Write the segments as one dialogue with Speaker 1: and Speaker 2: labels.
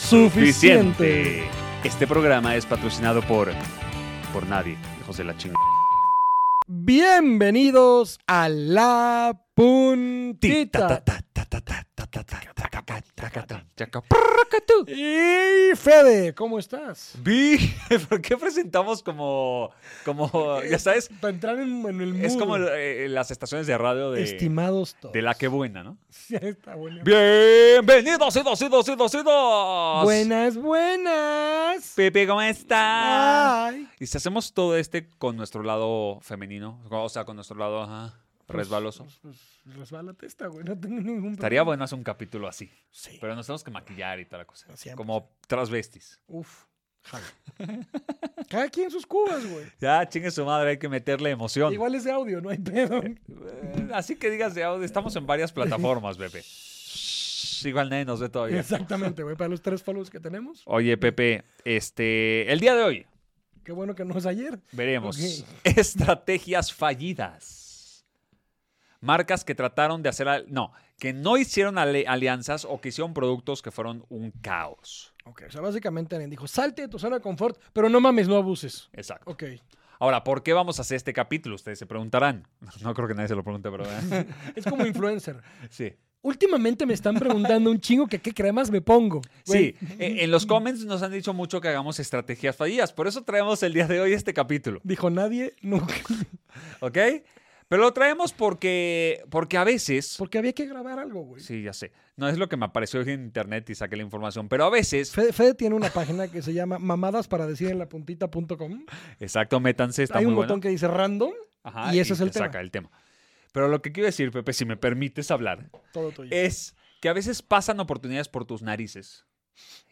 Speaker 1: suficiente. Este programa es patrocinado por por nadie, hijos de la chingada.
Speaker 2: Bienvenidos a La Puntita. Y Fede, ¿cómo estás?
Speaker 1: Vi, ¿por qué presentamos como, como, ya sabes,
Speaker 2: Para entrar en, en el
Speaker 1: es
Speaker 2: mood.
Speaker 1: como eh, las estaciones de radio de,
Speaker 2: Estimados todos.
Speaker 1: de la que buena, ¿no?
Speaker 2: Sí, está bueno.
Speaker 1: Bienvenidos, idos, idos, idos, idos.
Speaker 2: Buenas, buenas.
Speaker 1: Pepe, ¿cómo estás?
Speaker 2: Ay.
Speaker 1: Y si hacemos todo este con nuestro lado femenino, o sea, con nuestro lado ajá, resbaloso,
Speaker 2: Pues, pues, resbálate esta, güey. No tengo ningún
Speaker 1: estaría
Speaker 2: problema.
Speaker 1: bueno hacer un capítulo así.
Speaker 2: Sí.
Speaker 1: Pero nos tenemos que maquillar y tal cosa.
Speaker 2: Siempre.
Speaker 1: Como transvestis.
Speaker 2: Uf. jalo. Cada quien sus cubas, güey.
Speaker 1: Ya, chingue su madre, hay que meterle emoción.
Speaker 2: Igual es de audio, no hay pedo.
Speaker 1: Eh, Así que digas de audio, estamos en varias plataformas, Pepe. Shh, Igual nadie nos ve todavía.
Speaker 2: Exactamente, güey. Para los tres follows que tenemos.
Speaker 1: Oye, Pepe, este, el día de hoy
Speaker 2: Qué bueno que no es ayer.
Speaker 1: veremos
Speaker 2: Ok.
Speaker 1: estrategias fallidas. Marcas que trataron de hacer, al- no, que no hicieron ale- alianzas o que hicieron productos que fueron un caos.
Speaker 2: Ok, o sea, básicamente alguien dijo, salte de tu zona de confort, pero no mames, no abuses.
Speaker 1: Exacto.
Speaker 2: Ok.
Speaker 1: Ahora, ¿por qué vamos a hacer este capítulo? Ustedes se preguntarán. No creo que nadie se lo pregunte, pero ¿eh?
Speaker 2: Es como influencer.
Speaker 1: sí.
Speaker 2: Últimamente me están preguntando un chingo que qué cremas me pongo. Güey,
Speaker 1: Sí, e- en los comments nos han dicho mucho que hagamos estrategias fallidas, por eso traemos el día de hoy este capítulo,
Speaker 2: Dijo nadie nunca.
Speaker 1: ¿ok? Pero lo traemos porque, porque a veces...
Speaker 2: Porque había que grabar algo, güey.
Speaker 1: Sí, ya sé. No es lo que me apareció hoy en internet y saqué la información, pero a veces...
Speaker 2: Fede, Fede tiene una página que se llama mamadas para decir en la puntita.com.
Speaker 1: Exacto, métanse, está
Speaker 2: Hay
Speaker 1: muy
Speaker 2: un
Speaker 1: bueno.
Speaker 2: botón que dice random,
Speaker 1: Ajá,
Speaker 2: y ese es el
Speaker 1: te
Speaker 2: tema.
Speaker 1: saca el tema. Pero lo que quiero decir, Pepe, si me permites hablar,
Speaker 2: todo tuyo.
Speaker 1: es que a veces pasan oportunidades por tus narices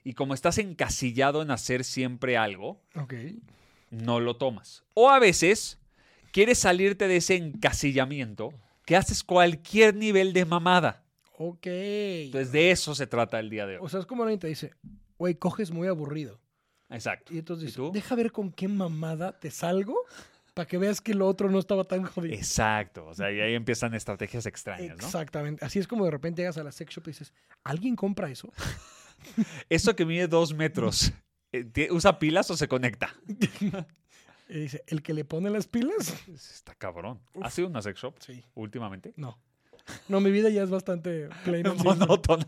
Speaker 1: y como estás encasillado en hacer siempre algo,
Speaker 2: Ok.
Speaker 1: no lo tomas. O a veces quieres salirte de ese encasillamiento que haces cualquier nivel de mamada.
Speaker 2: Ok.
Speaker 1: Entonces de eso se trata el día de
Speaker 2: o
Speaker 1: hoy.
Speaker 2: sea, es como alguien te dice, güey, coges muy aburrido.
Speaker 1: Exacto.
Speaker 2: Y entonces
Speaker 1: ¿Y
Speaker 2: dices,
Speaker 1: tú?
Speaker 2: deja ver con qué mamada te salgo para que veas que lo otro no estaba tan jodido.
Speaker 1: Exacto. O sea, y ahí empiezan estrategias extrañas, ¿no?
Speaker 2: Exactamente. Así es como de repente llegas a la sex shop y dices, ¿alguien compra eso?
Speaker 1: Eso que mide dos metros, eh, ¿tie- ¿usa pilas o se conecta?
Speaker 2: Y dice, ¿el que le pone las pilas?
Speaker 1: pues, Está cabrón. ¿Ha sido una sex shop
Speaker 2: Sí.
Speaker 1: últimamente?
Speaker 2: No. No, mi vida ya es bastante plain and simple.
Speaker 1: Monótona.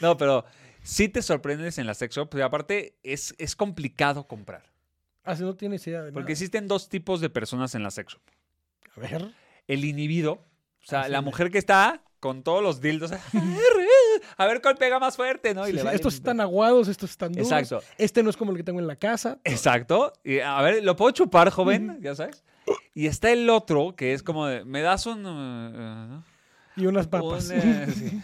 Speaker 1: No, pero sí te sorprendes en la sex shop. Y aparte, es, es complicado comprar.
Speaker 2: Así no tienes idea de
Speaker 1: Porque
Speaker 2: nada.
Speaker 1: existen dos tipos de personas en la sex shop.
Speaker 2: A ver.
Speaker 1: el inhibido, o sea,
Speaker 2: Así
Speaker 1: la
Speaker 2: es.
Speaker 1: mujer que está con todos los dildos, a ver cuál pega más fuerte, ¿no? Y
Speaker 2: Sí,
Speaker 1: le
Speaker 2: sí,
Speaker 1: vale-
Speaker 2: estos están aguados, estos están duros.
Speaker 1: Exacto,
Speaker 2: Este no es como el que tengo en la casa.
Speaker 1: exacto. Y a ver, ¿lo puedo chupar, joven? Ya sabes. Y está el otro, que es como de, me das un... eh, ¿no?
Speaker 2: Y unas papas.
Speaker 1: Un, eh, sí.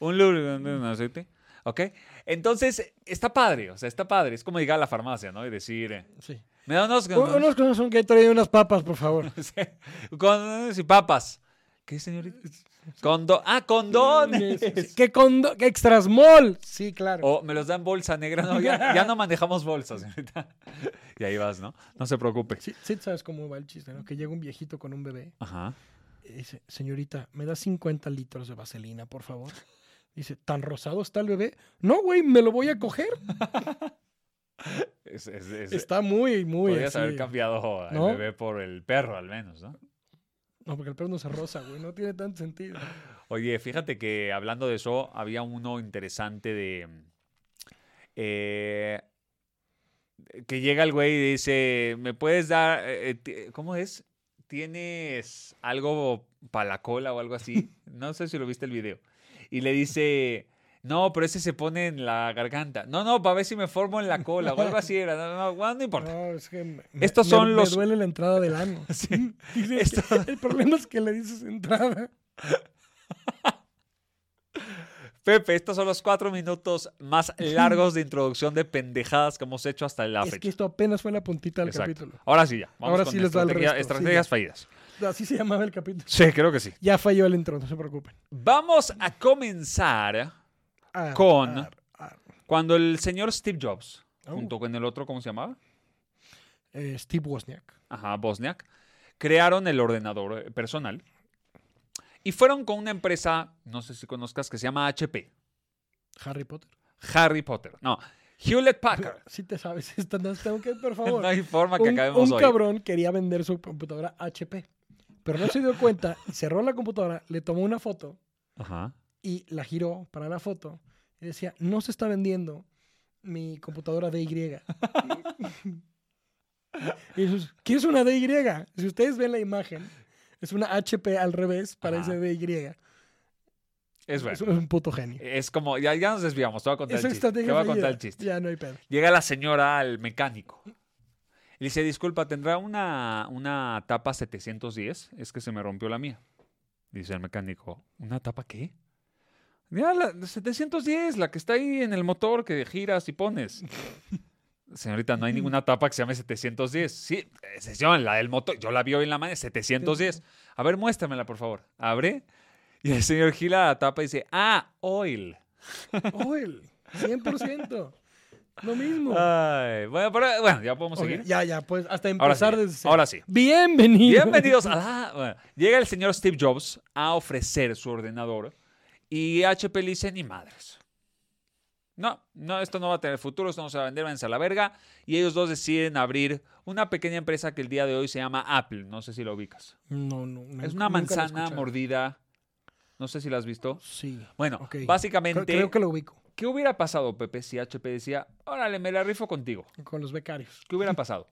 Speaker 1: Un lubricante, un aceite. ¿Ok? Entonces, está padre, o sea, está padre. Es como llegar a la farmacia, ¿no? Y decir, eh,
Speaker 2: Sí.
Speaker 1: me da unos... eh,
Speaker 2: Un- Unas cosas son que trae unas papas, por favor.
Speaker 1: Condones y papas. ¿Qué, señorita? Condo ah, condones.
Speaker 2: ¿Qué, condo ¿Qué extrasmol? Sí, claro.
Speaker 1: O me los dan bolsa negra. No, ya, ya no manejamos bolsas. señorita. y ahí vas, ¿no? No se preocupe.
Speaker 2: Sí, sí sabes cómo va el chiste, ¿no? Que llega un viejito con un bebé
Speaker 1: Ajá.
Speaker 2: y dice, señorita, ¿me da 50 litros de vaselina, por favor? Dice, ¿tan rosado está el bebé? No, güey, me lo voy a coger.
Speaker 1: Es, es- es-
Speaker 2: Está muy, muy
Speaker 1: podrías
Speaker 2: así.
Speaker 1: haber cambiado al
Speaker 2: ¿No?
Speaker 1: bebé por el perro, al menos, ¿no?
Speaker 2: No, porque el perro no se rosa, güey. No tiene tanto sentido.
Speaker 1: Oye, fíjate que hablando de eso, había uno interesante de. mm, eh, que llega el güey y dice: ¿Me puedes dar. eh, eh, ti- ¿Cómo es? ¿Tienes algo para la cola o algo así? No sé si lo viste el video. Y le dice. No, pero ese se pone en la garganta. No, no, para ver si me formo en la cola o algo así era. No, no, no, no importa.
Speaker 2: No, es que me,
Speaker 1: Estos
Speaker 2: me-
Speaker 1: son
Speaker 2: me
Speaker 1: los-
Speaker 2: duele la entrada del ano.
Speaker 1: Sí.
Speaker 2: Dice que
Speaker 1: Esto-
Speaker 2: El problema es que le dices entrada.
Speaker 1: Pepe, estos son los cuatro minutos más largos de introducción de pendejadas que hemos hecho hasta la
Speaker 2: es que
Speaker 1: fecha.
Speaker 2: esto apenas fue la puntita del
Speaker 1: Exacto.
Speaker 2: capítulo.
Speaker 1: Ahora sí, ya. Vamos
Speaker 2: Ahora
Speaker 1: con
Speaker 2: sí les va el
Speaker 1: estrategia-
Speaker 2: resto, sí,
Speaker 1: estrategias
Speaker 2: ya.
Speaker 1: fallidas.
Speaker 2: Así se llamaba el capítulo.
Speaker 1: Sí, creo que sí.
Speaker 2: Ya falló el intro, no se preocupen.
Speaker 1: Vamos a comenzar
Speaker 2: Ar,
Speaker 1: Con-
Speaker 2: ar, ar.
Speaker 1: cuando el señor Steve Jobs,
Speaker 2: Oh.
Speaker 1: junto con el otro, ¿cómo se llamaba?
Speaker 2: Eh, Steve Wozniak.
Speaker 1: Ajá, Bosniak, crearon el ordenador eh, personal y fueron con una empresa, no sé si conozcas, que se llama HP,
Speaker 2: Harry Potter.
Speaker 1: Harry Potter. No, Hewlett Packard.
Speaker 2: Si te sabes esta, no, tengo que, por favor.
Speaker 1: No hay forma que
Speaker 2: un,
Speaker 1: acabemos
Speaker 2: un
Speaker 1: hoy.
Speaker 2: cabrón quería vender su computadora HP, pero no se dio cuenta, cerró la computadora, le tomó una foto
Speaker 1: Ajá.
Speaker 2: y la giró para la foto y decía, no se está vendiendo mi computadora DY. y dices, ¿qué es una DY? Si ustedes ven la imagen, es una HP al revés, parece
Speaker 1: Ajá.
Speaker 2: DY.
Speaker 1: Es bueno.
Speaker 2: Es un puto genio.
Speaker 1: Es como, ya, ya nos desviamos, te voy a contar
Speaker 2: Esa
Speaker 1: el chiste.
Speaker 2: estrategia
Speaker 1: Te voy a
Speaker 2: fallida.
Speaker 1: contar el chiste.
Speaker 2: Ya no hay pedo.
Speaker 1: Llega la señora al mecánico. Le dice, disculpa, ¿tendrá una, una tapa 710? Es que se me rompió la mía. Dice el mecánico, ¿una tapa qué? Ya, la de 710, la que está ahí en el motor que giras y pones. Señorita, no hay ninguna tapa que se llame 710. Sí, eh, señor, la del motor. Yo la vi hoy en la mañana, 710. A ver, muéstramela, por favor. Abre. Y el señor gira la tapa y dice, ah, oil.
Speaker 2: Oil, 100%. Lo mismo.
Speaker 1: Ay, bueno, pero, bueno, ya podemos
Speaker 2: Ok,
Speaker 1: Ah, seguir.
Speaker 2: ya, ya, pues hasta
Speaker 1: Ahora sí,
Speaker 2: empezar desde cero.
Speaker 1: ahora sí.
Speaker 2: Bienvenido.
Speaker 1: Bienvenidos a la- bueno, llega el señor Steve Jobs a ofrecer su ordenador y HP le dice, ni madres. No, no, esto no va a tener futuro, esto no se va a vender, váyanse a la verga. Y ellos dos deciden abrir una pequeña empresa que el día de hoy se llama Apple. No sé si lo ubicas.
Speaker 2: No, no. nunca-
Speaker 1: es una
Speaker 2: nunca lo he
Speaker 1: manzana
Speaker 2: escuchado.
Speaker 1: mordida. No sé si la has visto.
Speaker 2: Sí.
Speaker 1: Bueno,
Speaker 2: ok.
Speaker 1: básicamente,
Speaker 2: Creo, creo que lo ubico
Speaker 1: ¿qué hubiera pasado, Pepe, si HP decía, órale, me la rifo contigo?
Speaker 2: con los becarios.
Speaker 1: ¿Qué hubiera pasado?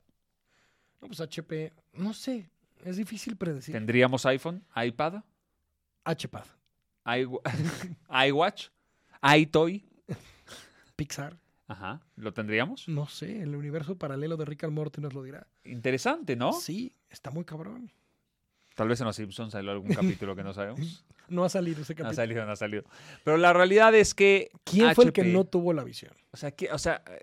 Speaker 2: No, pues HP, no sé. Es difícil predecir.
Speaker 1: ¿Tendríamos iPhone, iPad?
Speaker 2: HPAD,
Speaker 1: iWa- iWatch, iToy.
Speaker 2: Pixar,
Speaker 1: Ajá, ¿lo tendríamos?
Speaker 2: no sé. El universo paralelo de Rick and Morty nos lo dirá.
Speaker 1: Interesante, ¿no?
Speaker 2: Sí, está muy cabrón.
Speaker 1: Tal vez en Los Simpsons salió algún capítulo que no sabemos.
Speaker 2: No ha salido ese
Speaker 1: No ha
Speaker 2: capítulo.
Speaker 1: salido, no ha salido. Pero la realidad es que.
Speaker 2: ¿Quién fue el que
Speaker 1: HP
Speaker 2: no tuvo la visión?
Speaker 1: O sea, que- o sea, eh,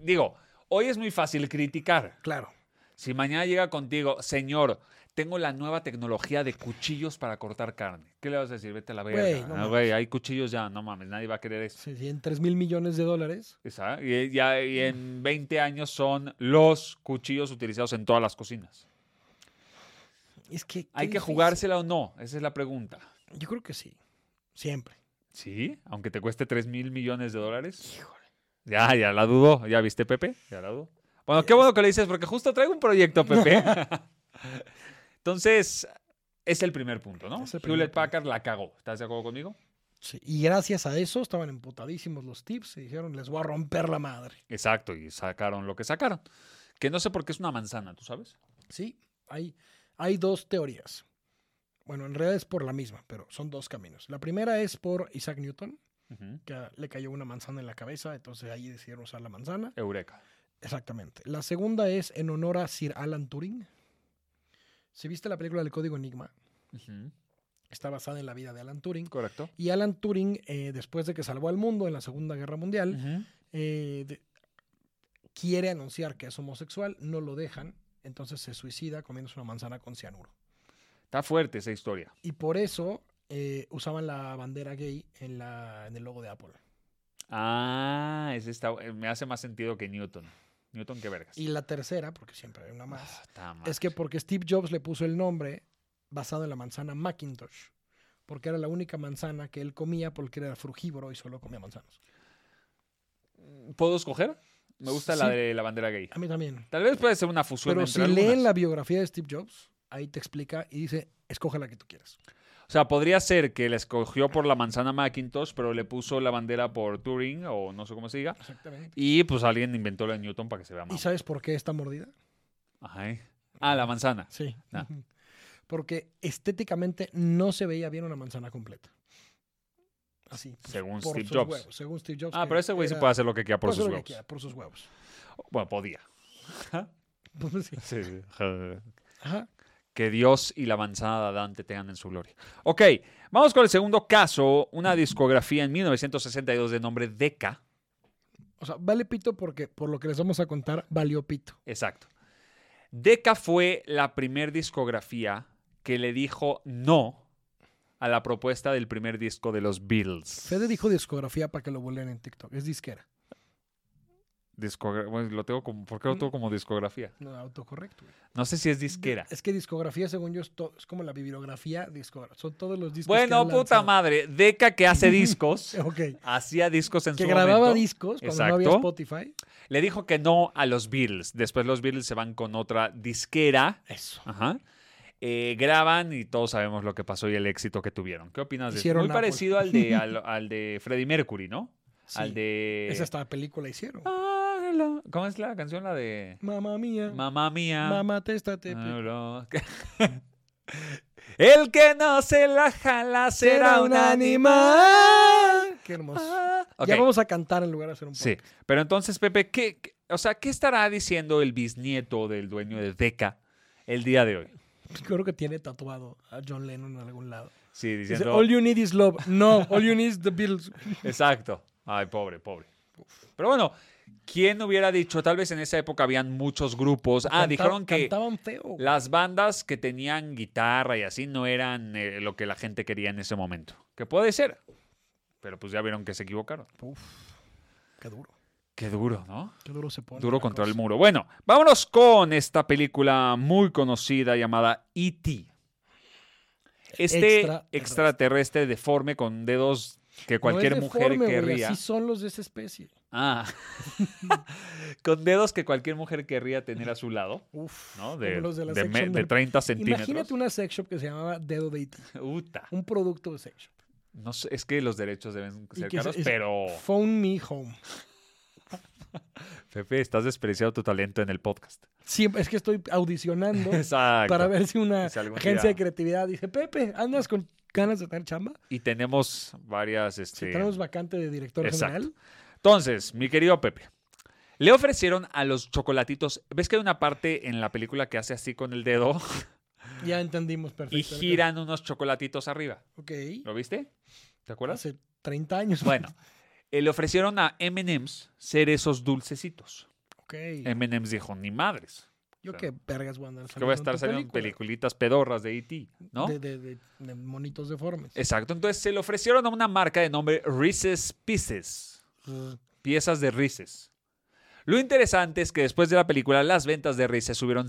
Speaker 1: digo, hoy es muy fácil criticar.
Speaker 2: Claro.
Speaker 1: Si mañana llega contigo, señor, tengo la nueva tecnología de cuchillos para cortar carne. ¿Qué le vas a decir? Vete a la verga.
Speaker 2: Güey, no
Speaker 1: Ah,
Speaker 2: mames.
Speaker 1: güey, hay cuchillos ya, no mames, nadie va a querer eso.
Speaker 2: Sí, sí, en 3 mil millones de dólares.
Speaker 1: Esa- Y, ya, y en 20 años son los cuchillos utilizados en todas las cocinas.
Speaker 2: Es que. qué
Speaker 1: ¿Hay que
Speaker 2: difícil.
Speaker 1: jugársela o no? Esa es la pregunta.
Speaker 2: Yo creo que sí. Siempre.
Speaker 1: ¿Sí? Aunque te cueste 3 mil millones de dólares.
Speaker 2: Híjole.
Speaker 1: Ya, ya la dudo. ¿Ya viste, Pepe? Ya la dudo. Bueno, qué bueno que lo dices, porque justo traigo un proyecto, Pepe. Entonces, es el primer punto, ¿no?
Speaker 2: Es el primer
Speaker 1: Hewlett
Speaker 2: punto.
Speaker 1: Packard la cagó. ¿Estás de acuerdo conmigo?
Speaker 2: Sí, Y gracias a eso estaban emputadísimos los tips y dijeron, les voy a romper la madre.
Speaker 1: Exacto, y sacaron lo que sacaron. Que no sé por qué es una manzana, ¿tú sabes?
Speaker 2: Sí, hay, hay dos teorías. Bueno, en realidad es por la misma, pero son dos caminos. La primera es por Isaac Newton,
Speaker 1: Ujú.
Speaker 2: que le cayó una manzana en la cabeza, entonces ahí decidieron usar la manzana.
Speaker 1: Eureka.
Speaker 2: Exactamente. La segunda es en honor a Sir Alan Turing. Si viste la película del Código Enigma,
Speaker 1: Ujú.
Speaker 2: está basada en la vida de Alan Turing.
Speaker 1: Correcto.
Speaker 2: Y Alan Turing, eh, después de que salvó al mundo en la Segunda Guerra Mundial,
Speaker 1: Ujú.
Speaker 2: eh, de- quiere anunciar que es homosexual, no lo dejan, entonces se suicida comiéndose una manzana con cianuro.
Speaker 1: Está fuerte esa historia.
Speaker 2: Y por eso eh, usaban la bandera gay en, la, en el logo de Apple.
Speaker 1: Ah, es esta, me hace más sentido que Newton. Newton, qué vergas.
Speaker 2: Y la tercera, porque siempre hay una
Speaker 1: Ah,
Speaker 2: más,
Speaker 1: está mal.
Speaker 2: es que porque Steve Jobs le puso el nombre basado en la manzana Macintosh, porque era la única manzana que él comía porque era frugívoro y solo comía manzanas.
Speaker 1: ¿Puedo escoger? Me gusta la
Speaker 2: Sí.
Speaker 1: de la bandera gay.
Speaker 2: A mí también.
Speaker 1: Tal vez puede ser una fusión
Speaker 2: Pero
Speaker 1: entre
Speaker 2: si
Speaker 1: algunas.
Speaker 2: leen la biografía de Steve Jobs, ahí te explica y dice, escoge la que tú quieras.
Speaker 1: O sea, podría ser que la escogió por la manzana Macintosh, pero le puso la bandera por Turing, o no sé cómo se diga.
Speaker 2: Exactamente.
Speaker 1: Y pues alguien inventó la de Newton para que se vea
Speaker 2: ¿Y
Speaker 1: más.
Speaker 2: sabes por qué está mordida?
Speaker 1: Ay. Ah, la manzana.
Speaker 2: Sí.
Speaker 1: Ah.
Speaker 2: Ujú. Porque estéticamente no se veía bien una manzana completa. Así. pues,
Speaker 1: Según
Speaker 2: por
Speaker 1: Steve
Speaker 2: sus
Speaker 1: Jobs.
Speaker 2: huevos, según Steve Jobs.
Speaker 1: Ah,
Speaker 2: que
Speaker 1: pero ese güey sí
Speaker 2: era-
Speaker 1: puede hacer lo que quiera por
Speaker 2: puede hacer
Speaker 1: sus
Speaker 2: lo que
Speaker 1: huevos.
Speaker 2: quiera, por sus huevos.
Speaker 1: Bueno, podía.
Speaker 2: Pues, sí.
Speaker 1: Sí, sí.
Speaker 2: Ajá.
Speaker 1: Que Dios y la manzana de Adán te tengan en su gloria. Ok, vamos con el segundo caso, una discografía en 1962 de nombre Deca.
Speaker 2: O sea, vale pito porque por lo que les vamos a contar, valió pito.
Speaker 1: Exacto. Decca fue la primer discografía que le dijo no a la propuesta del primer disco de los Beatles.
Speaker 2: Fede dijo discografía para que lo vuelvan en TikTok. Es disquera.
Speaker 1: Discogra- bueno, lo tengo como,
Speaker 2: Mm.
Speaker 1: ¿Por qué lo tengo como discografía?
Speaker 2: No, autocorrecto. güey.
Speaker 1: No sé si es disquera.
Speaker 2: Es que discografía, según yo, es, to- es como la bibliografía discografía. Son todos los discos. que
Speaker 1: Bueno,
Speaker 2: han
Speaker 1: puta
Speaker 2: lanzado.
Speaker 1: madre. Deca que hace discos,
Speaker 2: Ok.
Speaker 1: hacía discos en
Speaker 2: Que
Speaker 1: su
Speaker 2: grababa
Speaker 1: momento.
Speaker 2: discos cuando no había
Speaker 1: Exacto.
Speaker 2: Spotify.
Speaker 1: Le dijo que no a los Beatles. Después los Beatles se van con otra disquera.
Speaker 2: Eso.
Speaker 1: Ajá. Eh, graban y todos sabemos lo que pasó y el éxito que tuvieron. ¿Qué opinas de eso?
Speaker 2: Hicieron
Speaker 1: Muy
Speaker 2: Apple.
Speaker 1: parecido al de, al, al de Freddie Mercury, ¿no?
Speaker 2: Sí.
Speaker 1: Al de...
Speaker 2: Esa esta película hicieron.
Speaker 1: Ah, la- ¿Cómo es la canción? La de...
Speaker 2: Mamá mía.
Speaker 1: Mamá mía.
Speaker 2: Mamá, téstate.
Speaker 1: Ah,
Speaker 2: pi-
Speaker 1: bro. El que no se la jala será un animal.
Speaker 2: Qué hermoso.
Speaker 1: Ah. Ok,
Speaker 2: Ya vamos a cantar en lugar de hacer un
Speaker 1: Sí,
Speaker 2: podcast.
Speaker 1: pero entonces, Pepe, ¿qué, qué- o sea, ¿qué estará diciendo el bisnieto del dueño de Deca el día de hoy?
Speaker 2: Creo que tiene tatuado a John Lennon en algún lado.
Speaker 1: Sí,
Speaker 2: Dice,
Speaker 1: diciendo.
Speaker 2: all you need is love. No, all you need is the Beatles.
Speaker 1: Exacto. Ay, pobre, pobre. Pero bueno, ¿quién hubiera dicho? Tal vez en esa época habían muchos grupos. Ah,
Speaker 2: Canta-
Speaker 1: dijeron que
Speaker 2: Cantaban feo.
Speaker 1: las bandas que tenían guitarra y así no eran eh, lo que la gente quería en ese momento. Que puede ser. Pero pues ya vieron que se equivocaron.
Speaker 2: Qué duro.
Speaker 1: Qué duro, ¿no?
Speaker 2: Qué duro se pone.
Speaker 1: Duro
Speaker 2: la
Speaker 1: contra el
Speaker 2: cosa.
Speaker 1: muro. Bueno, vámonos con esta película muy conocida llamada E.T. Este
Speaker 2: Extraterrestre.
Speaker 1: extraterrestre deforme con dedos que
Speaker 2: No
Speaker 1: cualquier
Speaker 2: es
Speaker 1: mujer
Speaker 2: deforme, güey,
Speaker 1: querría.
Speaker 2: Así son los de esa especie.
Speaker 1: Ah. con dedos que cualquier mujer querría tener a su lado,
Speaker 2: Uf.
Speaker 1: ¿no? De,
Speaker 2: como los de la
Speaker 1: de
Speaker 2: sex
Speaker 1: me-
Speaker 2: shop
Speaker 1: de
Speaker 2: de-
Speaker 1: 30 centímetros.
Speaker 2: Imagínate una sex shop que se llamaba Dedo de E.T.
Speaker 1: Uta.
Speaker 2: Un producto de sex shop.
Speaker 1: No sé, es que los derechos deben
Speaker 2: Y
Speaker 1: ser
Speaker 2: que
Speaker 1: caros,
Speaker 2: es- es-
Speaker 1: pero
Speaker 2: Phone Me Home.
Speaker 1: Pepe, estás despreciando tu talento en el podcast.
Speaker 2: Sí, es que estoy audicionando
Speaker 1: Exacto.
Speaker 2: para ver si una
Speaker 1: Si algún
Speaker 2: agencia
Speaker 1: día-
Speaker 2: de creatividad dice, Pepe, ¿andas con ganas de tener chamba?
Speaker 1: Y tenemos varias
Speaker 2: Si
Speaker 1: este,
Speaker 2: tenemos vacante de director
Speaker 1: Exacto.
Speaker 2: general.
Speaker 1: Entonces, mi querido Pepe, le ofrecieron a los chocolatitos. ¿Ves que hay una parte en la película que hace así con el dedo
Speaker 2: Ya entendimos perfecto.
Speaker 1: y giran unos chocolatitos arriba?
Speaker 2: Ok.
Speaker 1: ¿Lo viste? ¿Te acuerdas?
Speaker 2: Hace 30 años.
Speaker 1: Bueno, eh, le ofrecieron a MM's ser esos dulcecitos.
Speaker 2: Ok.
Speaker 1: MM's dijo, ni madres.
Speaker 2: Yo qué vergas voy a andar
Speaker 1: Que voy a
Speaker 2: saliendo en
Speaker 1: estar
Speaker 2: tu
Speaker 1: saliendo
Speaker 2: película.
Speaker 1: peliculitas pedorras de E.T., ¿no?
Speaker 2: De, de- de- de monitos deformes.
Speaker 1: Exacto. Entonces se le ofrecieron a una marca de nombre Reese's Pieces.
Speaker 2: Mm,
Speaker 1: piezas de Reese's. Lo interesante es que después de la película, las ventas de Reese's subieron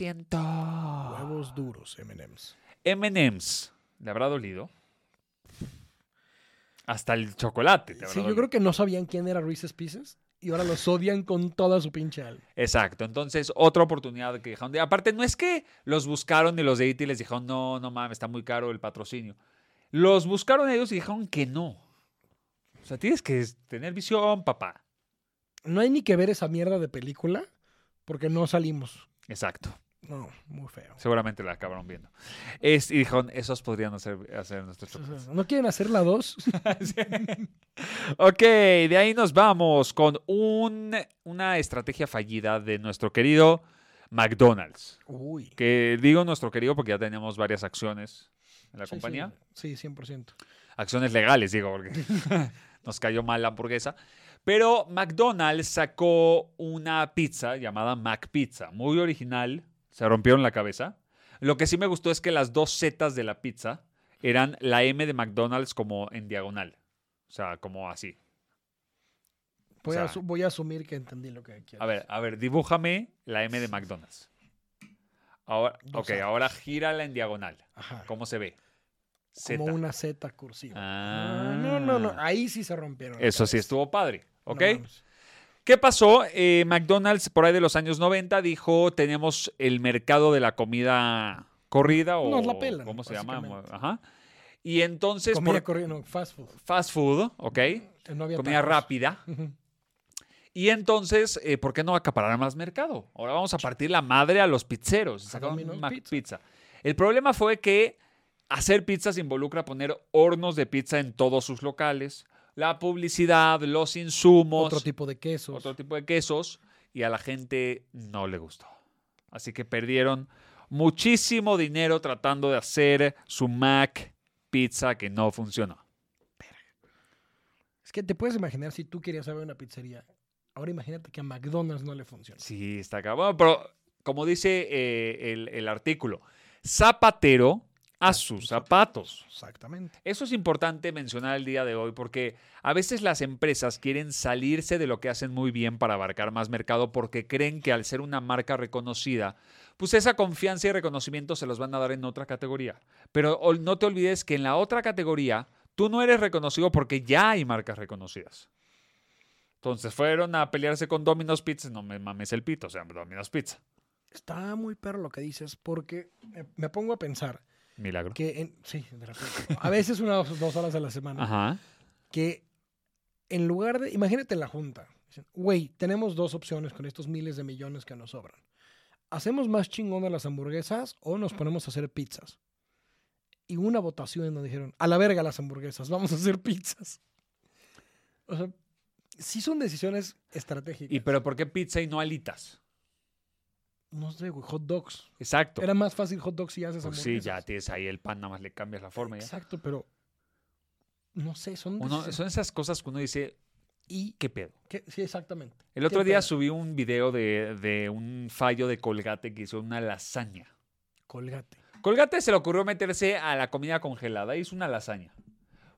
Speaker 1: 65%.
Speaker 2: Huevos duros, M&M's.
Speaker 1: M&M's, ¿le habrá dolido? Hasta el chocolate. te habrá
Speaker 2: Sí, yo
Speaker 1: dolido.
Speaker 2: creo que no sabían quién era Reese's Pieces y ahora los odian con toda su pinche alma.
Speaker 1: Exacto. Entonces, otra oportunidad que dejaron de... Aparte, no es que los buscaron y los de E.T. les dijeron, no, no mames, está muy caro el patrocinio. Los buscaron ellos y dijeron que no. O sea, tienes que tener visión, papá.
Speaker 2: No hay ni que ver esa mierda de película porque no salimos.
Speaker 1: Exacto.
Speaker 2: No, muy feo.
Speaker 1: Seguramente la acabaron viendo. Es, y dijeron, esos podrían hacer, hacer nuestros chocolates.
Speaker 2: ¿No quieren hacer la 2?
Speaker 1: ok, de ahí nos vamos con un- una estrategia fallida de nuestro querido McDonald's.
Speaker 2: Uy.
Speaker 1: Que digo nuestro querido porque ya tenemos varias acciones en la
Speaker 2: Sí,
Speaker 1: compañía.
Speaker 2: Sí, sí, 100%.
Speaker 1: Acciones legales, digo, porque nos cayó mal la hamburguesa. Pero McDonald's sacó una pizza llamada Mac Pizza, muy original. Se rompieron la cabeza. Lo que sí me gustó es que las dos zetas de la pizza eran la M de McDonald's como en diagonal. O sea, como así.
Speaker 2: Voy,
Speaker 1: O
Speaker 2: a,
Speaker 1: sea-
Speaker 2: asu- voy a asumir que entendí lo que quieres.
Speaker 1: A ver, a ver, dibújame la M de McDonald's. Ahora,
Speaker 2: Dos
Speaker 1: ok,
Speaker 2: zetas.
Speaker 1: ahora gírala en diagonal.
Speaker 2: Ajá.
Speaker 1: ¿Cómo se ve?
Speaker 2: Como
Speaker 1: Zeta.
Speaker 2: una Z cursiva.
Speaker 1: Ah.
Speaker 2: No, no, no. Ahí sí se rompieron. la
Speaker 1: Eso sí
Speaker 2: cabeza.
Speaker 1: estuvo padre,
Speaker 2: No
Speaker 1: ¿ok?
Speaker 2: mames.
Speaker 1: ¿Qué pasó? Eh, McDonald's por ahí de los años 90 dijo, tenemos el mercado de la comida corrida o
Speaker 2: Nos la pelan,
Speaker 1: ¿cómo se llama?
Speaker 2: básicamente.
Speaker 1: Ajá. Y entonces
Speaker 2: Comida
Speaker 1: por
Speaker 2: corrida, no, fast food. eh,
Speaker 1: fast food, ¿ok?
Speaker 2: No había
Speaker 1: Comida
Speaker 2: tacos.
Speaker 1: rápida.
Speaker 2: Ujú.
Speaker 1: Y entonces, eh, ¿por qué no acaparar más mercado? Ahora vamos a partir la madre a los pizzeros. Sacaron
Speaker 2: Domino's
Speaker 1: Mac
Speaker 2: Pizza.
Speaker 1: Pizza. El problema fue que hacer pizzas involucra poner hornos de pizza en todos sus locales, la publicidad, los insumos.
Speaker 2: Otro tipo de quesos.
Speaker 1: otro tipo de quesos y a la gente no le gustó. Así que perdieron muchísimo dinero tratando de hacer su Mac pizza que no funcionó.
Speaker 2: Es que te puedes imaginar si tú querías abrir una pizzería. Ahora imagínate que a McDonald's no le funciona.
Speaker 1: Sí, está acá. Bueno, pero como dice eh, el, el artículo, zapatero a sus zapatos.
Speaker 2: Exactamente.
Speaker 1: Eso es importante mencionar el día de hoy porque a veces las empresas quieren salirse de lo que hacen muy bien para abarcar más mercado porque creen que al ser una marca reconocida, pues esa confianza y reconocimiento se los van a dar en otra categoría. Pero ol- no te olvides que en la otra categoría tú no eres reconocido porque ya hay marcas reconocidas. Entonces fueron a pelearse con Domino's Pizza, no me mames el pito, o sea, Domino's Pizza.
Speaker 2: Está muy perro lo que dices porque me, me pongo a pensar
Speaker 1: Milagro.
Speaker 2: que en, sí, de repente, a veces unas dos- dos horas a la semana,
Speaker 1: Ajá.
Speaker 2: que en lugar de, imagínate la junta, dicen, güey, tenemos dos opciones con estos miles de millones que nos sobran. ¿Hacemos más chingón a las hamburguesas o nos ponemos a hacer pizzas? Y una votación en donde dijeron, a la verga las hamburguesas, vamos a hacer pizzas. O sea, sí son decisiones estratégicas.
Speaker 1: ¿Y pero por qué pizza y no alitas?
Speaker 2: no sé, güey, hot dogs.
Speaker 1: Exacto.
Speaker 2: Era más fácil hot dogs si haces
Speaker 1: Pues sí,
Speaker 2: hamburguesas.
Speaker 1: ya tienes ahí el pan, nada más le cambias la forma. y ya.
Speaker 2: Exacto, pero no sé, son
Speaker 1: Uno-
Speaker 2: decisiones-
Speaker 1: son esas cosas que uno dice, ¿y qué pedo?
Speaker 2: que- sí, exactamente.
Speaker 1: El otro día
Speaker 2: pedo?
Speaker 1: subí un video de, de un fallo de Colgate que hizo una lasaña.
Speaker 2: Colgate.
Speaker 1: Colgate se le ocurrió meterse a la comida congelada y hizo una lasaña.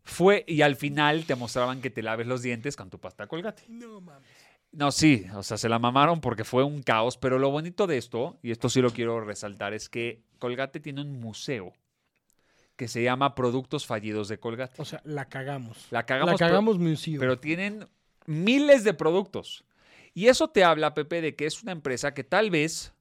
Speaker 1: Fue y al final te mostraban que te laves los dientes con tu pasta Colgate.
Speaker 2: No mames.
Speaker 1: No, sí, o sea, se la mamaron porque fue un caos, pero lo bonito de esto, y esto sí lo quiero resaltar, es que Colgate tiene un museo que se llama Productos Fallidos de Colgate.
Speaker 2: O sea, la cagamos.
Speaker 1: La cagamos,
Speaker 2: la
Speaker 1: pero-
Speaker 2: cagamos museum.
Speaker 1: pero tienen miles de productos. Y eso te habla, Pepe, de que es una empresa que tal vez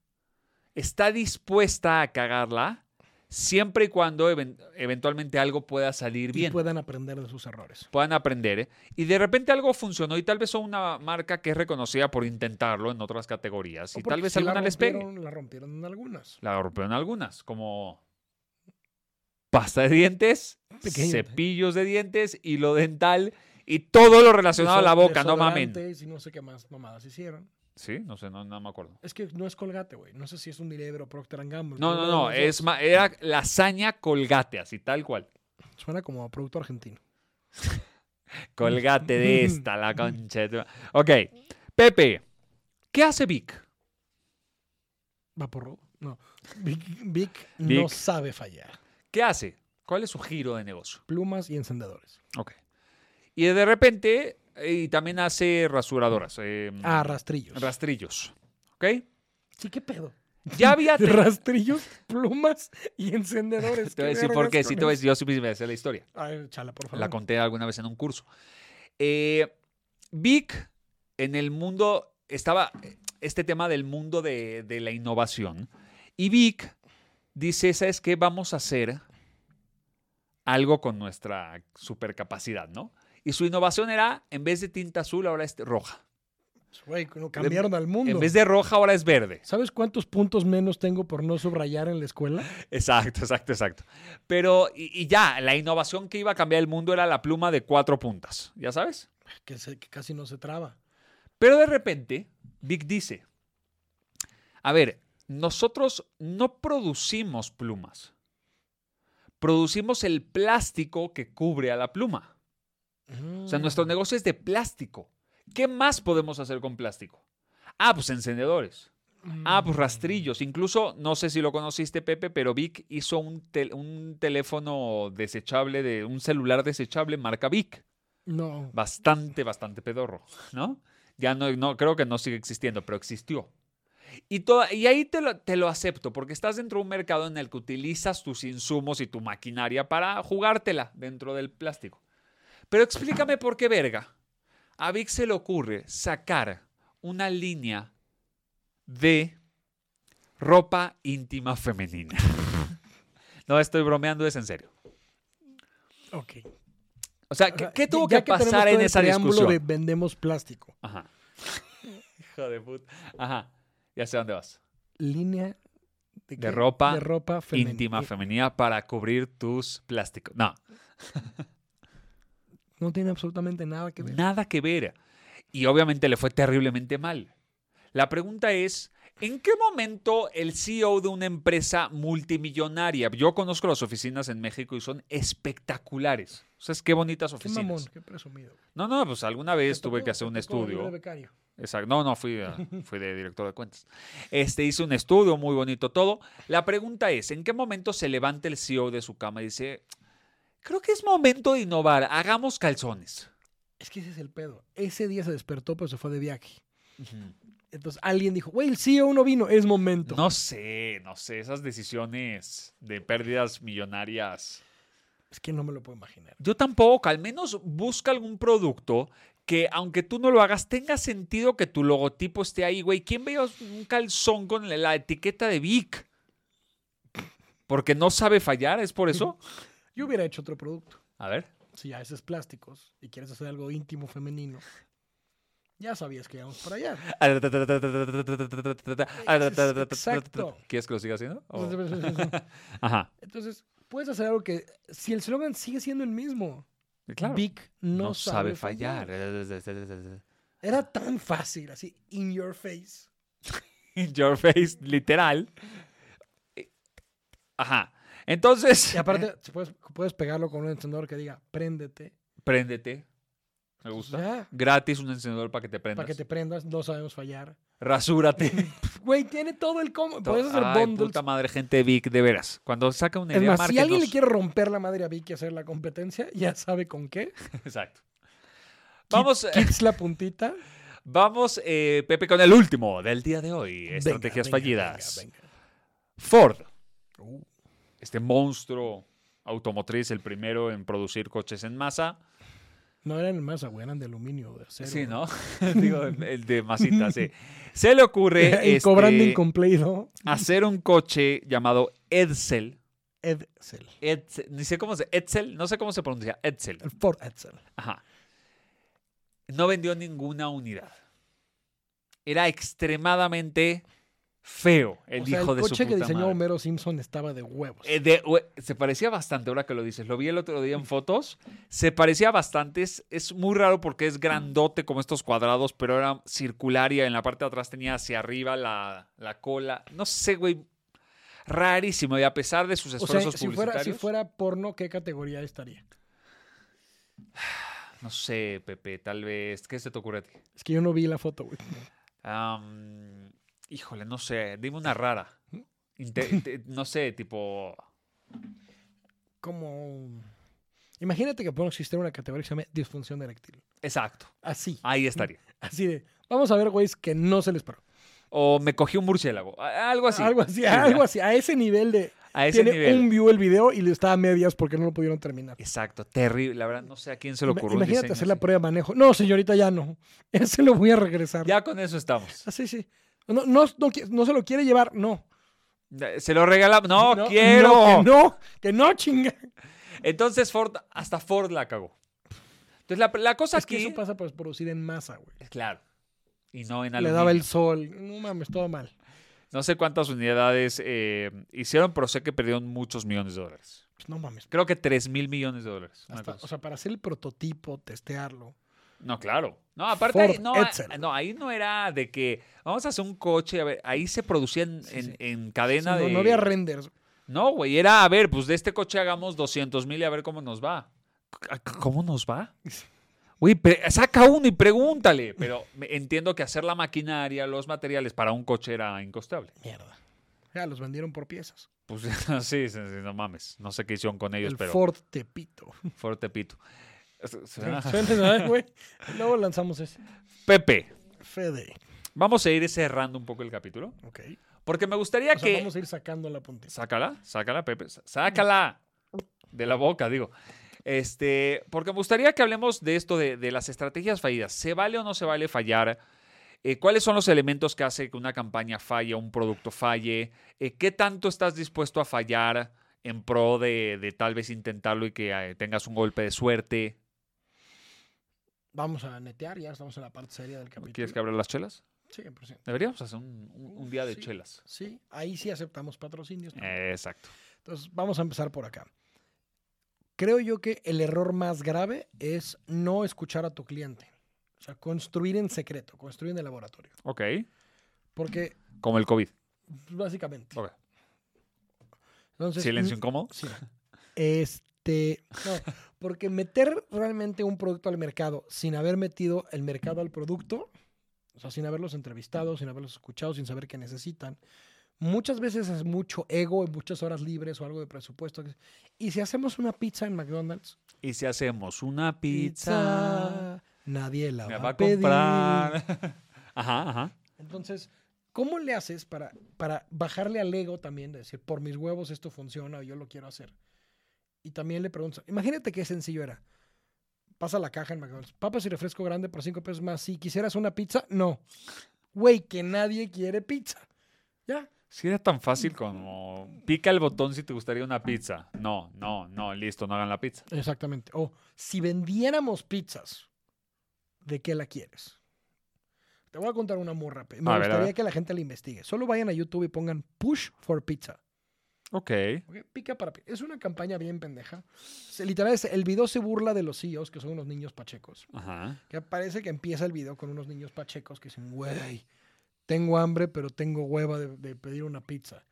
Speaker 1: está dispuesta a cagarla siempre y cuando even- eventualmente algo pueda salir
Speaker 2: y
Speaker 1: bien.
Speaker 2: puedan aprender de sus errores.
Speaker 1: Puedan aprender. ¿eh? Y de repente algo funcionó y tal vez son una marca que es reconocida por intentarlo en otras categorías.
Speaker 2: O
Speaker 1: Y tal
Speaker 2: porque
Speaker 1: vez
Speaker 2: sí la
Speaker 1: alguna les pegue.
Speaker 2: rompieron- La rompieron en algunas.
Speaker 1: La rompieron algunas, como pasta de dientes,
Speaker 2: Pequeño.
Speaker 1: cepillos de dientes, hilo dental y todo lo relacionado a la
Speaker 2: Deso-
Speaker 1: boca, no mamen.
Speaker 2: desodorantes Y no sé qué más mamadas hicieron.
Speaker 1: Sí, no sé, no, no me acuerdo.
Speaker 2: Es que no es Colgate, güey. No sé si es un Unilever o Procter and Gamble.
Speaker 1: No, no,
Speaker 2: pero uno de
Speaker 1: no,
Speaker 2: los dos.
Speaker 1: es ma- era lasaña colgate, así tal cual.
Speaker 2: Suena como a producto argentino.
Speaker 1: Colgate de esta, la concha. de tu- Ok, Pepe, ¿qué hace Vic?
Speaker 2: ¿Vaporru? No. Vic, Vic no
Speaker 1: Vic.
Speaker 2: sabe fallar.
Speaker 1: ¿Qué hace? ¿Cuál es su giro de negocio?
Speaker 2: Plumas y encendedores.
Speaker 1: Ok. Y de repente, eh, y también hace rasuradoras, eh,
Speaker 2: Ah, rastrillos.
Speaker 1: rastrillos. ¿Ok?
Speaker 2: sí, qué pedo.
Speaker 1: Ya había... te-
Speaker 2: Rastrillos, plumas y encendedores.
Speaker 1: te voy a decir por qué, sí, te voy a decir, yo sí me sé la historia.
Speaker 2: Ay, chala, por favor.
Speaker 1: La conté alguna vez en un curso. Eh, Vic, en el mundo, estaba eh, este tema del mundo de, de la innovación. Y Vic dice, ¿sabes qué? Vamos a hacer algo con nuestra supercapacidad, ¿no? Y su innovación era, en vez de tinta azul, ahora es roja.
Speaker 2: Güey, no cambiaron al mundo.
Speaker 1: En vez de roja, ahora es verde.
Speaker 2: ¿Sabes cuántos puntos menos tengo por no subrayar en la escuela?
Speaker 1: Exacto, exacto, exacto. Pero, y, y ya, la innovación que iba a cambiar el mundo era la pluma de cuatro puntas, ¿ya sabes?
Speaker 2: Que, se- que casi no se traba.
Speaker 1: Pero de repente, Vic dice, a ver, nosotros no producimos plumas. Producimos el plástico que cubre a la pluma. O
Speaker 2: Mm.
Speaker 1: sea, nuestro negocio es de plástico. ¿Qué más podemos hacer con plástico? Ah, pues encendedores.
Speaker 2: Mm.
Speaker 1: Ah, pues rastrillos. Incluso, no sé si lo conociste, Pepe, pero Vic hizo un, tel- un teléfono desechable, de un celular desechable marca Vic
Speaker 2: No.
Speaker 1: bastante, bastante pedorro, ¿no? Ya no, no creo que no sigue existiendo, pero existió. Y, toda- y ahí te lo, te lo acepto, porque estás dentro de un mercado en el que utilizas tus insumos y tu maquinaria para jugártela dentro del plástico. Pero explícame por qué, verga, a Vic se le ocurre sacar una línea de ropa íntima femenina. No estoy bromeando, es en serio.
Speaker 2: Ok.
Speaker 1: O sea,
Speaker 2: O
Speaker 1: ¿qué,
Speaker 2: sea,
Speaker 1: qué tuvo
Speaker 2: ya
Speaker 1: que
Speaker 2: tenemos
Speaker 1: pasar
Speaker 2: todo
Speaker 1: en
Speaker 2: el
Speaker 1: esa
Speaker 2: preámbulo
Speaker 1: discusión?
Speaker 2: de vendemos plástico.
Speaker 1: Ajá. Hijo de puta. Ajá. Ya sé dónde vas.
Speaker 2: Línea de, qué?
Speaker 1: ropa
Speaker 2: de ropa femen-
Speaker 1: Íntima
Speaker 2: eh,
Speaker 1: femenina para cubrir tus plásticos. No,
Speaker 2: No tiene absolutamente nada que ver.
Speaker 1: nada que ver. Y obviamente le fue terriblemente mal. La pregunta es, ¿En qué momento el CEO de una empresa multimillonaria? Yo conozco las oficinas en México y son espectaculares. O sea, es qué bonitas
Speaker 2: Qué
Speaker 1: oficinas.
Speaker 2: mamón, qué presumido. güey.
Speaker 1: No, no, pues alguna vez
Speaker 2: Te
Speaker 1: tuve
Speaker 2: tocó-
Speaker 1: que hacer
Speaker 2: te
Speaker 1: un
Speaker 2: tocó venir de
Speaker 1: estudio.
Speaker 2: becario.
Speaker 1: Exacto. No, no, fui, ah, fui de director de cuentas. Este, hice un estudio muy bonito todo. La pregunta es, ¿en qué momento se levanta el CEO de su cama y dice, creo que es momento de innovar, hagamos calzones?
Speaker 2: Es que ese es el pedo. Ese día se despertó, pero se fue de viaje. Entonces alguien dijo, güey, el CEO no vino, es momento.
Speaker 1: No sé, no sé, esas decisiones de pérdidas millonarias.
Speaker 2: Es que no me lo puedo imaginar.
Speaker 1: Yo tampoco, al menos busca algún producto que aunque tú no lo hagas, tenga sentido que tu logotipo esté ahí, güey. ¿Quién veía un calzón con la- la etiqueta de Vic? Porque no sabe fallar, ¿es por eso?
Speaker 2: Yo hubiera hecho otro producto.
Speaker 1: A ver.
Speaker 2: Si ya haces plásticos y quieres hacer algo íntimo femenino, ya sabías que íbamos para allá. Exacto.
Speaker 1: ¿Quieres que lo siga haciendo? O-
Speaker 2: Entonces,
Speaker 1: Ajá.
Speaker 2: puedes hacer algo que, si el slogan sigue siendo el mismo,
Speaker 1: Claro.
Speaker 2: Vic no, sabe fallar.
Speaker 1: fallar.
Speaker 2: Era tan fácil, así, in your face.
Speaker 1: In your face, literal. Ajá. Entonces,
Speaker 2: Y aparte, si puedes, puedes pegarlo con un encendedor que diga, préndete. Pues
Speaker 1: préndete. Me gusta.
Speaker 2: Ya,
Speaker 1: Gratis un encendedor para que te prendas.
Speaker 2: para que te prendas, no sabemos fallar.
Speaker 1: Rasúrate.
Speaker 2: Güey, tiene todo el combo. Puedes hacer
Speaker 1: Ay,
Speaker 2: bundles.
Speaker 1: puta madre, gente de Vic, de veras. Cuando saca una
Speaker 2: Es
Speaker 1: idea,
Speaker 2: más, si alguien le
Speaker 1: márquenos.
Speaker 2: quiere romper la madre a Vicky y hacer la competencia, ya sabe con qué.
Speaker 1: Exacto. Vamos, eh,
Speaker 2: Kits la puntita.
Speaker 1: vamos eh, Pepe, con el último del día de hoy.
Speaker 2: Venga,
Speaker 1: Estrategias
Speaker 2: venga,
Speaker 1: fallidas.
Speaker 2: venga, venga.
Speaker 1: Ford,
Speaker 2: Uh,
Speaker 1: este monstruo automotriz, el primero en producir coches en masa.
Speaker 2: No eran en masa, güey, eran de aluminio, de acero.
Speaker 1: Sí,
Speaker 2: güey.
Speaker 1: ¿no? Digo, el de masita, sí. Se le ocurre
Speaker 2: Y
Speaker 1: este,
Speaker 2: cobrando incumplido.
Speaker 1: hacer un coche llamado Edsel.
Speaker 2: Edsel.
Speaker 1: Edsel, Ni sé cómo se... Edsel, no sé cómo se pronuncia. Edsel.
Speaker 2: El Ford Edsel.
Speaker 1: Ajá. No vendió ninguna unidad. Era extremadamente feo el
Speaker 2: O sea,
Speaker 1: hijo
Speaker 2: el
Speaker 1: de
Speaker 2: coche
Speaker 1: su
Speaker 2: que
Speaker 1: puta
Speaker 2: diseñó
Speaker 1: madre.
Speaker 2: Homero Simpson estaba de huevos.
Speaker 1: Eh, de- ue- se parecía bastante, ahora que lo dices. Lo vi el otro día en fotos. Se parecía bastante. Es, es muy raro porque es grandote como estos cuadrados, pero era circular y en la parte de atrás tenía hacia arriba la, la cola. No sé, güey. Rarísimo. Y a pesar de sus
Speaker 2: o sea,
Speaker 1: esfuerzos
Speaker 2: si fuera,
Speaker 1: publicitarios.
Speaker 2: si fuera porno, ¿qué categoría estaría?
Speaker 1: No sé, Pepe, tal vez. ¿Qué se te ocurre a ti?
Speaker 2: Es que yo no vi la foto, güey.
Speaker 1: Am, híjole, no sé. Dime una rara. Inte- te- no sé, tipo.
Speaker 2: Como. Imagínate que puede existir una categoría que se llama disfunción eréctil.
Speaker 1: Exacto.
Speaker 2: Así.
Speaker 1: Ahí estaría.
Speaker 2: Así de. Vamos a ver, güeyes, que no se les paró.
Speaker 1: O me cogí un murciélago. a- Algo así.
Speaker 2: Algo así,
Speaker 1: Sí,
Speaker 2: algo
Speaker 1: ya.
Speaker 2: así. A ese nivel de.
Speaker 1: A ese
Speaker 2: tiene
Speaker 1: nivel.
Speaker 2: un view el video y le está a medias porque no lo pudieron terminar.
Speaker 1: Exacto, terrible. La verdad, no sé a quién se le
Speaker 2: Ima-
Speaker 1: ocurrió. un
Speaker 2: Imagínate
Speaker 1: diseño
Speaker 2: hacer la
Speaker 1: así.
Speaker 2: prueba de manejo. No, señorita, ya no. Ese lo voy a regresar.
Speaker 1: Ya con eso estamos.
Speaker 2: Ah, sí, sí. No, no, no, qui- no se lo quiere llevar, no.
Speaker 1: Ya, Se lo regalamos. No,
Speaker 2: No,
Speaker 1: quiero. Pues
Speaker 2: que no, que no, chinga.
Speaker 1: Entonces Ford, hasta Ford la cagó. Entonces la, la cosa
Speaker 2: Es que
Speaker 1: aquí-
Speaker 2: eso pasa por producir en masa, güey.
Speaker 1: Claro. Y no en
Speaker 2: Le
Speaker 1: aluminio.
Speaker 2: daba el sol. No mames, todo mal.
Speaker 1: No sé cuántas unidades eh, hicieron, pero sé que perdieron muchos millones de dólares.
Speaker 2: Pues no mames.
Speaker 1: Creo que 3 mil millones de dólares. una
Speaker 2: Hasta-
Speaker 1: cosa
Speaker 2: o sea, para hacer el prototipo, testearlo.
Speaker 1: No, claro. No, aparte,
Speaker 2: Ford
Speaker 1: ahí, no, a-
Speaker 2: Edsel.
Speaker 1: no, ahí no era de que vamos a hacer un coche. A ver, ahí se producía en,
Speaker 2: Sí,
Speaker 1: en-
Speaker 2: sí.
Speaker 1: en
Speaker 2: Sí,
Speaker 1: cadena
Speaker 2: no,
Speaker 1: de.
Speaker 2: no había renders.
Speaker 1: No, güey, era, a ver, pues de este coche hagamos 200 mil y a ver cómo nos va. C- ah, c- ¿Cómo nos va? Güey, pre- saca uno y pregúntale. Pero me- entiendo que hacer la maquinaria, los materiales para un coche era incosteable.
Speaker 2: Mierda. Ya los vendieron por piezas.
Speaker 1: Pues sí, sí, sí, no mames. No sé qué hicieron con ellos,
Speaker 2: el
Speaker 1: pero
Speaker 2: Ford Tepito.
Speaker 1: Ford Tepito. Su- suena-
Speaker 2: Suena, ¿eh, güey? Luego lanzamos ese.
Speaker 1: Pepe,
Speaker 2: Fede.
Speaker 1: vamos a ir cerrando un poco el capítulo.
Speaker 2: Ok.
Speaker 1: Porque me gustaría
Speaker 2: O sea,
Speaker 1: que.
Speaker 2: vamos a ir sacando la puntita.
Speaker 1: Sácala, sácala, Pepe. sa- Sácala de la boca, digo. Este, porque me gustaría que hablemos de esto, de, de las estrategias fallidas. ¿Se vale o no se vale fallar? Eh, ¿Cuáles son los elementos que hace que una campaña falle, un producto falle? Eh, ¿Qué tanto estás dispuesto a fallar en pro de, de tal vez intentarlo y que eh, tengas un golpe de suerte?
Speaker 2: Vamos a netear, ya estamos en la parte seria del capítulo.
Speaker 1: ¿Quieres que abra las chelas?
Speaker 2: Sí, por sí.
Speaker 1: Deberíamos hacer un, un- un día de
Speaker 2: Sí. Ah.
Speaker 1: chelas.
Speaker 2: Sí, ahí sí aceptamos patrocinios. también.
Speaker 1: Eh, exacto.
Speaker 2: Entonces, vamos a empezar por acá. Creo yo que el error más grave es no escuchar a tu cliente. O sea, construir en secreto, construir en el laboratorio.
Speaker 1: Ok.
Speaker 2: Porque,
Speaker 1: Como el COVID.
Speaker 2: pues, básicamente.
Speaker 1: Ok. Oh,
Speaker 2: Entonces, mm,
Speaker 1: Silencio incómodo.
Speaker 2: Sí. Este, no, porque meter realmente un producto al mercado sin haber metido el mercado al producto, o sea, sin haberlos entrevistado, sin haberlos escuchado, sin saber qué necesitan, muchas veces es mucho ego, muchas horas libres o algo de presupuesto. Y si hacemos una pizza en McDonald's,
Speaker 1: Y si hacemos una pizza,
Speaker 2: nadie la
Speaker 1: me
Speaker 2: va,
Speaker 1: va a
Speaker 2: pedir.
Speaker 1: comprar. ajá, ajá.
Speaker 2: Entonces, ¿cómo le haces para, para bajarle al ego también de decir, por mis huevos esto funciona o yo lo quiero hacer? Y también le pregunto, imagínate qué sencillo era. Pasa la caja en McDonald's. Papas y refresco grande por cinco pesos más. Si quisieras una pizza, no. Güey, que nadie quiere pizza. Ya.
Speaker 1: Si era tan
Speaker 2: Mm.
Speaker 1: fácil como pica el botón si te gustaría una pizza. No, no, no, listo, no hagan la pizza.
Speaker 2: Exactamente. O si vendiéramos pizzas, ¿de qué la quieres? Te voy a contar una muy rápida. Me
Speaker 1: A ver, a
Speaker 2: gustaría
Speaker 1: ver.
Speaker 2: que la gente la investigue. Solo vayan a YouTube y pongan push for pizza.
Speaker 1: Ok.
Speaker 2: Ok, Pica para pi- Es una campaña bien pendeja. Se- literal, es- el video se burla de los CEOs, que son unos niños pachecos.
Speaker 1: Ajá.
Speaker 2: Que parece que empieza el video con unos niños pachecos que dicen, güey, tengo hambre, pero tengo hueva de, de pedir una pizza.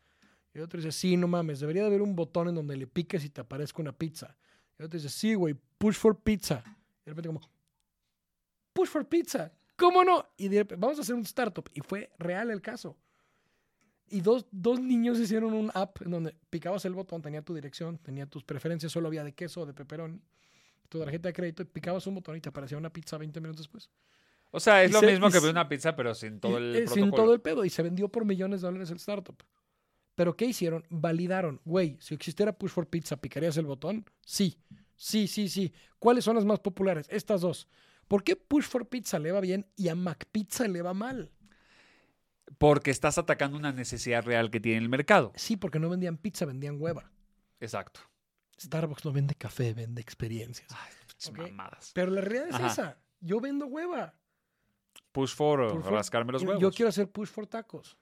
Speaker 2: Y otro dice, sí, no mames, debería de haber un botón en donde le piques y te aparezca una pizza. Y otro dice, sí, güey, push for pizza. Y de repente como, push for pizza. ¿Cómo no? Y de repente, vamos a hacer un startup. Y fue real el caso. Y dos, dos niños hicieron un app en donde picabas el botón, tenía tu dirección, tenía tus preferencias, solo había de queso o de pepperoni, tu tarjeta de crédito, y picabas un botón y te aparecía una pizza 20 minutos después.
Speaker 1: O sea, es
Speaker 2: Y
Speaker 1: lo
Speaker 2: se-
Speaker 1: mismo
Speaker 2: y
Speaker 1: que
Speaker 2: se-
Speaker 1: pedir una pizza, pero sin todo el
Speaker 2: Y, eh,
Speaker 1: protocolo.
Speaker 2: sin todo el pedo. Y se vendió por millones de dólares el startup. Pero ¿qué hicieron? Validaron. Güey, si existiera Push for Pizza, ¿picarías el botón? Sí. Sí, sí, sí. ¿Cuáles son las más populares? Estas dos. ¿Por qué Push for Pizza le va bien y a MacPizza le va mal?
Speaker 1: Porque estás atacando una necesidad real que tiene el mercado.
Speaker 2: Sí, porque no vendían pizza, vendían hueva.
Speaker 1: Exacto.
Speaker 2: Starbucks no vende café, vende experiencias.
Speaker 1: Ay, pinches
Speaker 2: Ok.
Speaker 1: mamadas.
Speaker 2: Pero la realidad es
Speaker 1: Ajá.
Speaker 2: esa. Yo vendo hueva.
Speaker 1: Push for,
Speaker 2: Push for-
Speaker 1: rascarme los
Speaker 2: Yo-
Speaker 1: huevos.
Speaker 2: Yo quiero hacer push for tacos.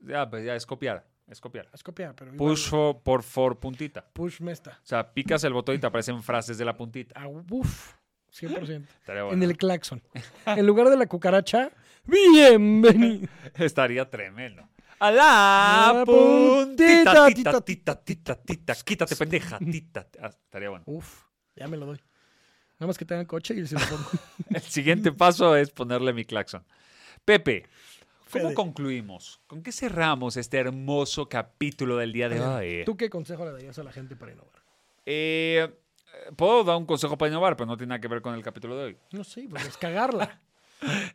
Speaker 1: Ya, pues ya, es copiar. Es copiar.
Speaker 2: Es copiar, pero. igual-
Speaker 1: Push for, por for puntita.
Speaker 2: Push mesta.
Speaker 1: O sea, picas el botón y te aparecen frases de la puntita.
Speaker 2: Ah, uf, 100%.
Speaker 1: Estaría
Speaker 2: En
Speaker 1: Ah, bueno.
Speaker 2: el claxon. En lugar de la cucaracha, bienvenido.
Speaker 1: Estaría tremendo. A la
Speaker 2: La
Speaker 1: puntita,
Speaker 2: puntita,
Speaker 1: tita,
Speaker 2: tita,
Speaker 1: tita, tita, tita, quítate, pendeja, tita. Ah, estaría bueno.
Speaker 2: Uf, ya me lo doy. Nada más que tengan coche y se lo pongo.
Speaker 1: El siguiente paso es ponerle mi claxon. Pepe, ¿cómo
Speaker 2: Fede.
Speaker 1: concluimos? ¿Con qué cerramos este hermoso capítulo del día de
Speaker 2: A
Speaker 1: hoy?
Speaker 2: ver, ¿Tú qué consejo le darías a la gente para innovar?
Speaker 1: Eh, eh, Puedo dar un consejo para innovar, pero no tiene nada que ver con el capítulo de hoy.
Speaker 2: No sé, pues es cagarla.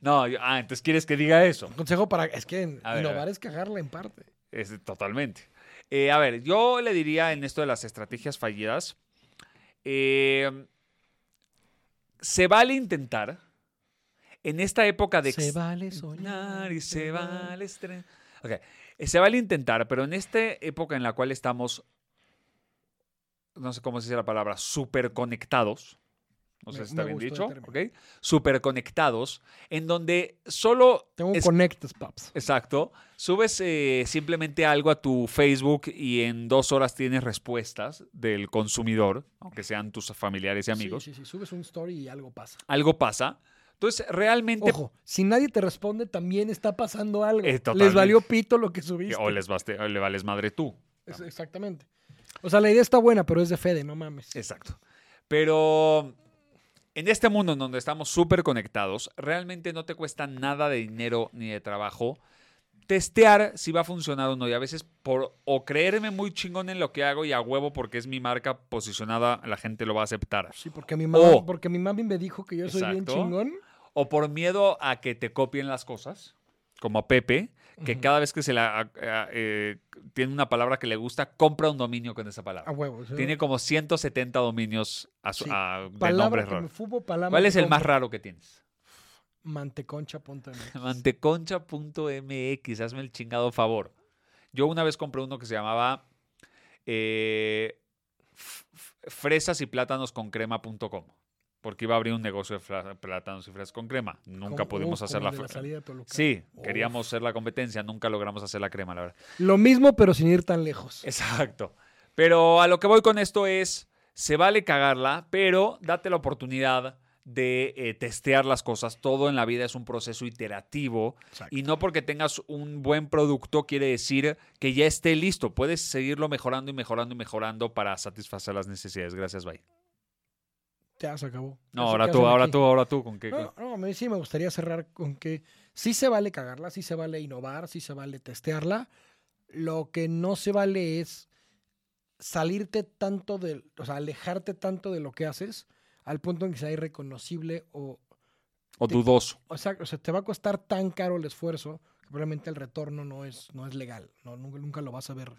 Speaker 1: No, yo- ah, entonces quieres que diga eso.
Speaker 2: Un consejo para. Es que
Speaker 1: A ver, a
Speaker 2: innovar
Speaker 1: ver.
Speaker 2: es cagarla en parte.
Speaker 1: Es, totalmente. Eh, a ver, yo le diría en esto de las estrategias fallidas, eh, se vale intentar en esta época de... ex-
Speaker 2: vale
Speaker 1: soñar y se vale estrenar. Ok, eh, se vale intentar, pero en esta época en la cual estamos, no sé cómo se dice la palabra, superconectados, no sé
Speaker 2: Me-
Speaker 1: si está
Speaker 2: me
Speaker 1: bien
Speaker 2: gustó el
Speaker 1: dicho,
Speaker 2: término.
Speaker 1: ¿ok? Superconectados, en donde solo...
Speaker 2: Tengo un
Speaker 1: es-
Speaker 2: connectes, paps.
Speaker 1: Exacto. Subes eh, simplemente algo a tu Facebook y en dos horas tienes respuestas del consumidor, aunque sean tus familiares y amigos.
Speaker 2: Sí, sí, sí. Subes un story y algo pasa.
Speaker 1: Algo pasa. Entonces, realmente...
Speaker 2: Ojo, si nadie te responde, también está pasando algo.
Speaker 1: Eh,
Speaker 2: Les
Speaker 1: totalmente.
Speaker 2: valió pito lo que subiste.
Speaker 1: O les baste- o le vales madre tú.
Speaker 2: Es- exactamente. O sea, la idea está buena, pero es de Fede, no mames.
Speaker 1: Exacto. Pero en este mundo en donde estamos súper conectados, realmente no te cuesta nada de dinero ni de trabajo testear si va a funcionar o no. Y a veces por o creerme muy chingón en lo que hago y a huevo porque es mi marca posicionada, la gente lo va a aceptar.
Speaker 2: Sí, porque mi mamá,
Speaker 1: O-
Speaker 2: porque mi mami me dijo que yo soy bien
Speaker 1: Oh. Exacto.
Speaker 2: chingón.
Speaker 1: O por miedo a que te copien las cosas, como a Pepe, que
Speaker 2: Ujú.
Speaker 1: cada vez que se la, a- a- eh, tiene una palabra que le gusta, compra un dominio con esa
Speaker 2: A
Speaker 1: palabra.
Speaker 2: huevo. o sea,
Speaker 1: Tiene como 170 dominios a su-
Speaker 2: Ah, Sí.
Speaker 1: a- de
Speaker 2: palabra
Speaker 1: nombres
Speaker 2: que me
Speaker 1: raros.
Speaker 2: fumo, palabra
Speaker 1: ¿Cuál
Speaker 2: que
Speaker 1: es el más
Speaker 2: compro.
Speaker 1: raro que tienes?
Speaker 2: Manteconcha.mx.
Speaker 1: Manteconcha.mx, hazme el chingado favor. Yo una vez compré uno que se llamaba eh, f- f- fresas y plátanos con crema.com. Porque iba a abrir un negocio de fra- plátanos y fresas con crema. Nunca
Speaker 2: Como-
Speaker 1: pudimos
Speaker 2: uf,
Speaker 1: hacer
Speaker 2: como
Speaker 1: la,
Speaker 2: el Uh, de la
Speaker 1: fre-
Speaker 2: salida de Toluca.
Speaker 1: Sí,
Speaker 2: Uf.
Speaker 1: queríamos hacer la competencia, nunca logramos hacer la crema, la verdad.
Speaker 2: Oh. Lo mismo, pero sin ir tan lejos.
Speaker 1: Exacto. Pero a lo que voy con esto es, se vale cagarla, pero date la oportunidad de eh, testear las cosas. Todo en la vida es un proceso iterativo
Speaker 2: Exacto.
Speaker 1: y no porque tengas un buen producto quiere decir que ya esté listo. Puedes seguirlo mejorando y mejorando y mejorando para satisfacer las necesidades. Gracias, bye.
Speaker 2: Ya se acabó.
Speaker 1: No,
Speaker 2: Así
Speaker 1: ahora
Speaker 2: que
Speaker 1: tú,
Speaker 2: hacen
Speaker 1: ahora
Speaker 2: aquí.
Speaker 1: tú, ahora tú. ¿Con qué?
Speaker 2: No, no, a mí sí me gustaría cerrar con que sí se vale cagarla, sí se vale innovar, sí se vale testearla. Lo que no se vale es salirte tanto de, o sea, alejarte tanto de lo que haces al punto en que sea irreconocible o,
Speaker 1: O
Speaker 2: te-
Speaker 1: dudoso.
Speaker 2: o sea, o sea, te va a costar tan caro el esfuerzo que probablemente el retorno no es, no es legal, no, nunca, nunca lo vas a ver.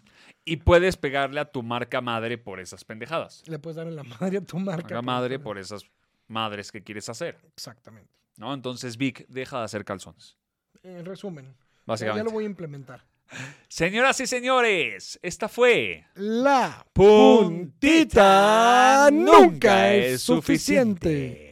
Speaker 1: Y puedes pegarle a tu marca madre por esas pendejadas.
Speaker 2: Le puedes dar en la madre a tu marca.
Speaker 1: Marca madre
Speaker 2: pero-
Speaker 1: por esas madres que quieres hacer.
Speaker 2: Exactamente.
Speaker 1: ¿no? Entonces, Vic, deja de hacer calzones.
Speaker 2: En resumen, ya
Speaker 1: Básicamente.
Speaker 2: lo voy a implementar.
Speaker 1: Señoras y señores, esta fue
Speaker 2: La
Speaker 1: Puntita Nunca es Suficiente.